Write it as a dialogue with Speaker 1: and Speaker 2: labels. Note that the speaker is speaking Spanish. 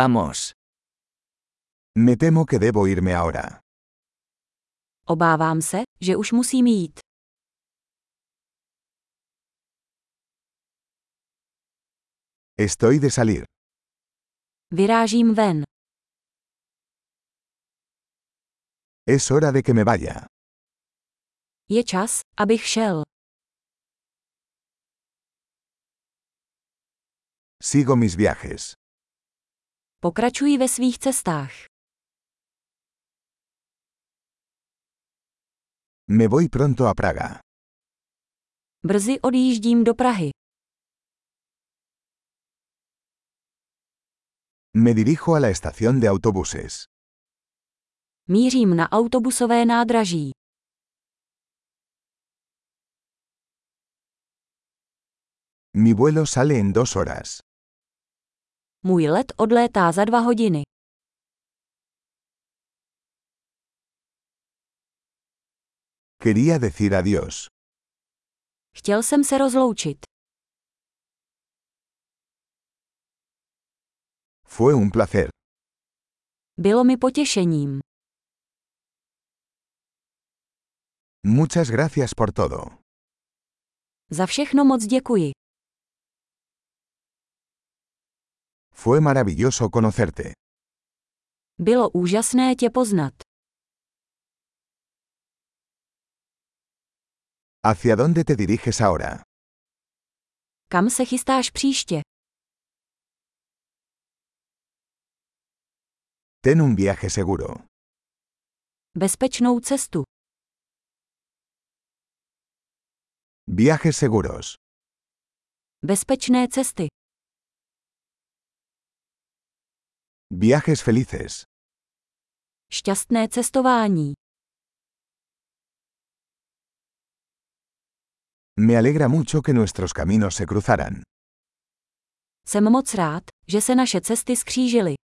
Speaker 1: Vamos.
Speaker 2: Me temo que debo irme ahora.
Speaker 3: Obávám se, že už musím jít.
Speaker 2: Estoy de salir.
Speaker 3: Vyrážím ven.
Speaker 2: Es hora de que me vaya.
Speaker 3: Je čas, abych šel.
Speaker 2: Sigo mis viajes.
Speaker 3: Pokračuji ve svých cestách.
Speaker 2: Me voy pronto a Praga.
Speaker 3: Brzy odjíždím do Prahy.
Speaker 2: Me dirijo a la estación de autobuses.
Speaker 3: Mířím na autobusové nádraží.
Speaker 2: Mi vuelo sale en dos horas.
Speaker 3: Můj let odlétá za dva hodiny.
Speaker 2: Quería decir adiós.
Speaker 3: Chtěl jsem se rozloučit.
Speaker 2: Fue un placer.
Speaker 3: Bylo mi potěšením.
Speaker 2: Muchas gracias por todo.
Speaker 3: Za všechno moc děkuji.
Speaker 2: Fue maravilloso conocerte.
Speaker 3: Bylo úžasné tě poznat.
Speaker 2: ¿Hacia dónde te diriges ahora?
Speaker 3: Kam se chystáš příště?
Speaker 2: Ten un viaje seguro.
Speaker 3: Bezpečnou cestu.
Speaker 2: Viajes seguros.
Speaker 3: Bezpečné cesty.
Speaker 2: Viajes felices.
Speaker 3: Šťastné cestování.
Speaker 2: Me alegra mucho que nuestros caminos se cruzaran.
Speaker 3: Jsem moc rád, že se naše cesty skřížily.